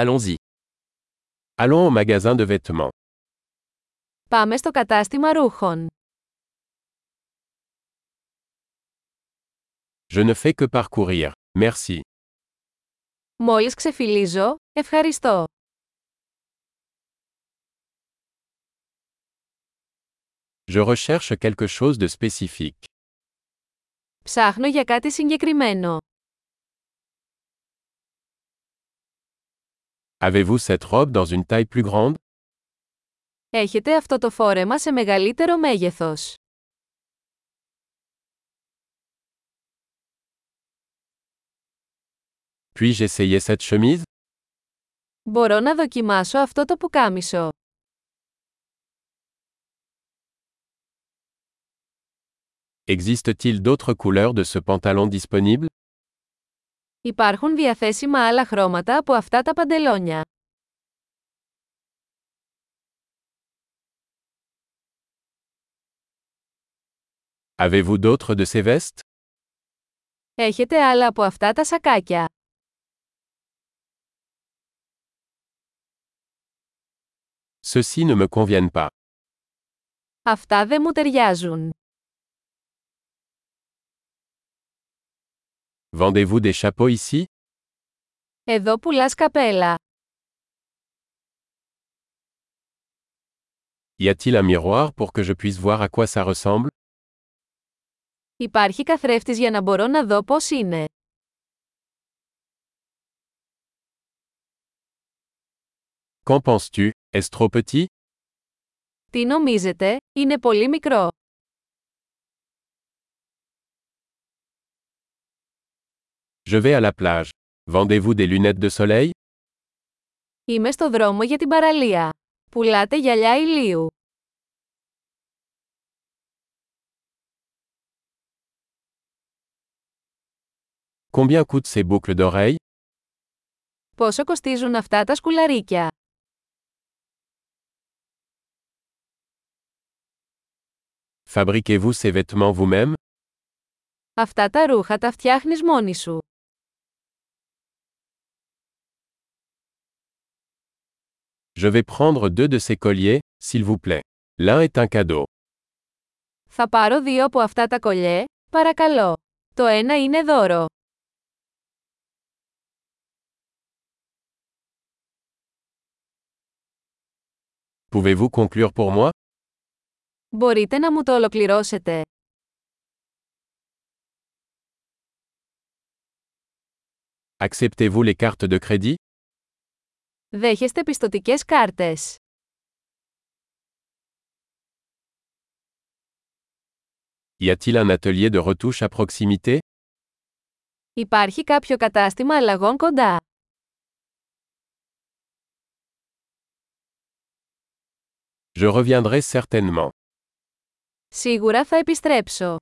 Allons-y. Allons au magasin de vêtements. Πάμε στο κατάστημα ρούχων. Je ne fais que parcourir. Merci. Μόλις ξεφυλίζω, ευχαριστώ. Je recherche quelque chose de spécifique. Ψάχνω για κάτι συγκεκριμένο. Avez-vous cette robe dans une taille plus grande Έχετε αυτό το φόρεμα σε μεγαλύτερο μέγεθος. Puis-je essayer cette chemise Μπορώ να δοκιμάσω αυτό το πουκάμισο. Existe-t-il d'autres couleurs de ce pantalon disponible Υπάρχουν διαθέσιμα άλλα χρώματα από αυτά τα παντελόνια. Avez-vous d'autres de ces vestes Έχετε άλλα από αυτά τα σακάκια. Ceux-ci ne me conviennent pas. Αυτά δεν μου ταιριάζουν. Vendez-vous des chapeaux ici Εδώ πουλάς καπέλα. Y a-t-il un miroir pour que je puisse voir à quoi ça ressemble Υπάρχει καθρέφτης για να μπορώ να δω πώς είναι. Qu'en penses-tu Est-ce trop petit Τι νομίζετε, είναι πολύ μικρό. Je vais à la plage. Vendez-vous des lunettes de soleil Είμαι στο δρόμο για την παραλία. Πουλάτε γυαλιά ηλίου. Combien coûtent ces boucles d'oreilles Πόσο κοστίζουν αυτά τα σκουλαρίκια. Fabriquez-vous ces vêtements vous-même Αυτά τα ρούχα τα φτιάχνεις μόνη σου. Je vais prendre deux de ces colliers, s'il vous plaît. L'un est un cadeau. Θα πάρω δύο από αυτά τα κολλιέ, παρακαλώ. Το ένα είναι δώρο. Pouvez-vous conclure pour moi Μπορείτε να μου το ολοκληρώσετε. Acceptez-vous les cartes de crédit Δέχεστε πιστοτικές κάρτες. Y a-t-il un atelier de retouche à proximité Υπάρχει κάποιο κατάστημα αλλαγών κοντά. Je reviendrai certainement. Σίγουρα θα επιστρέψω.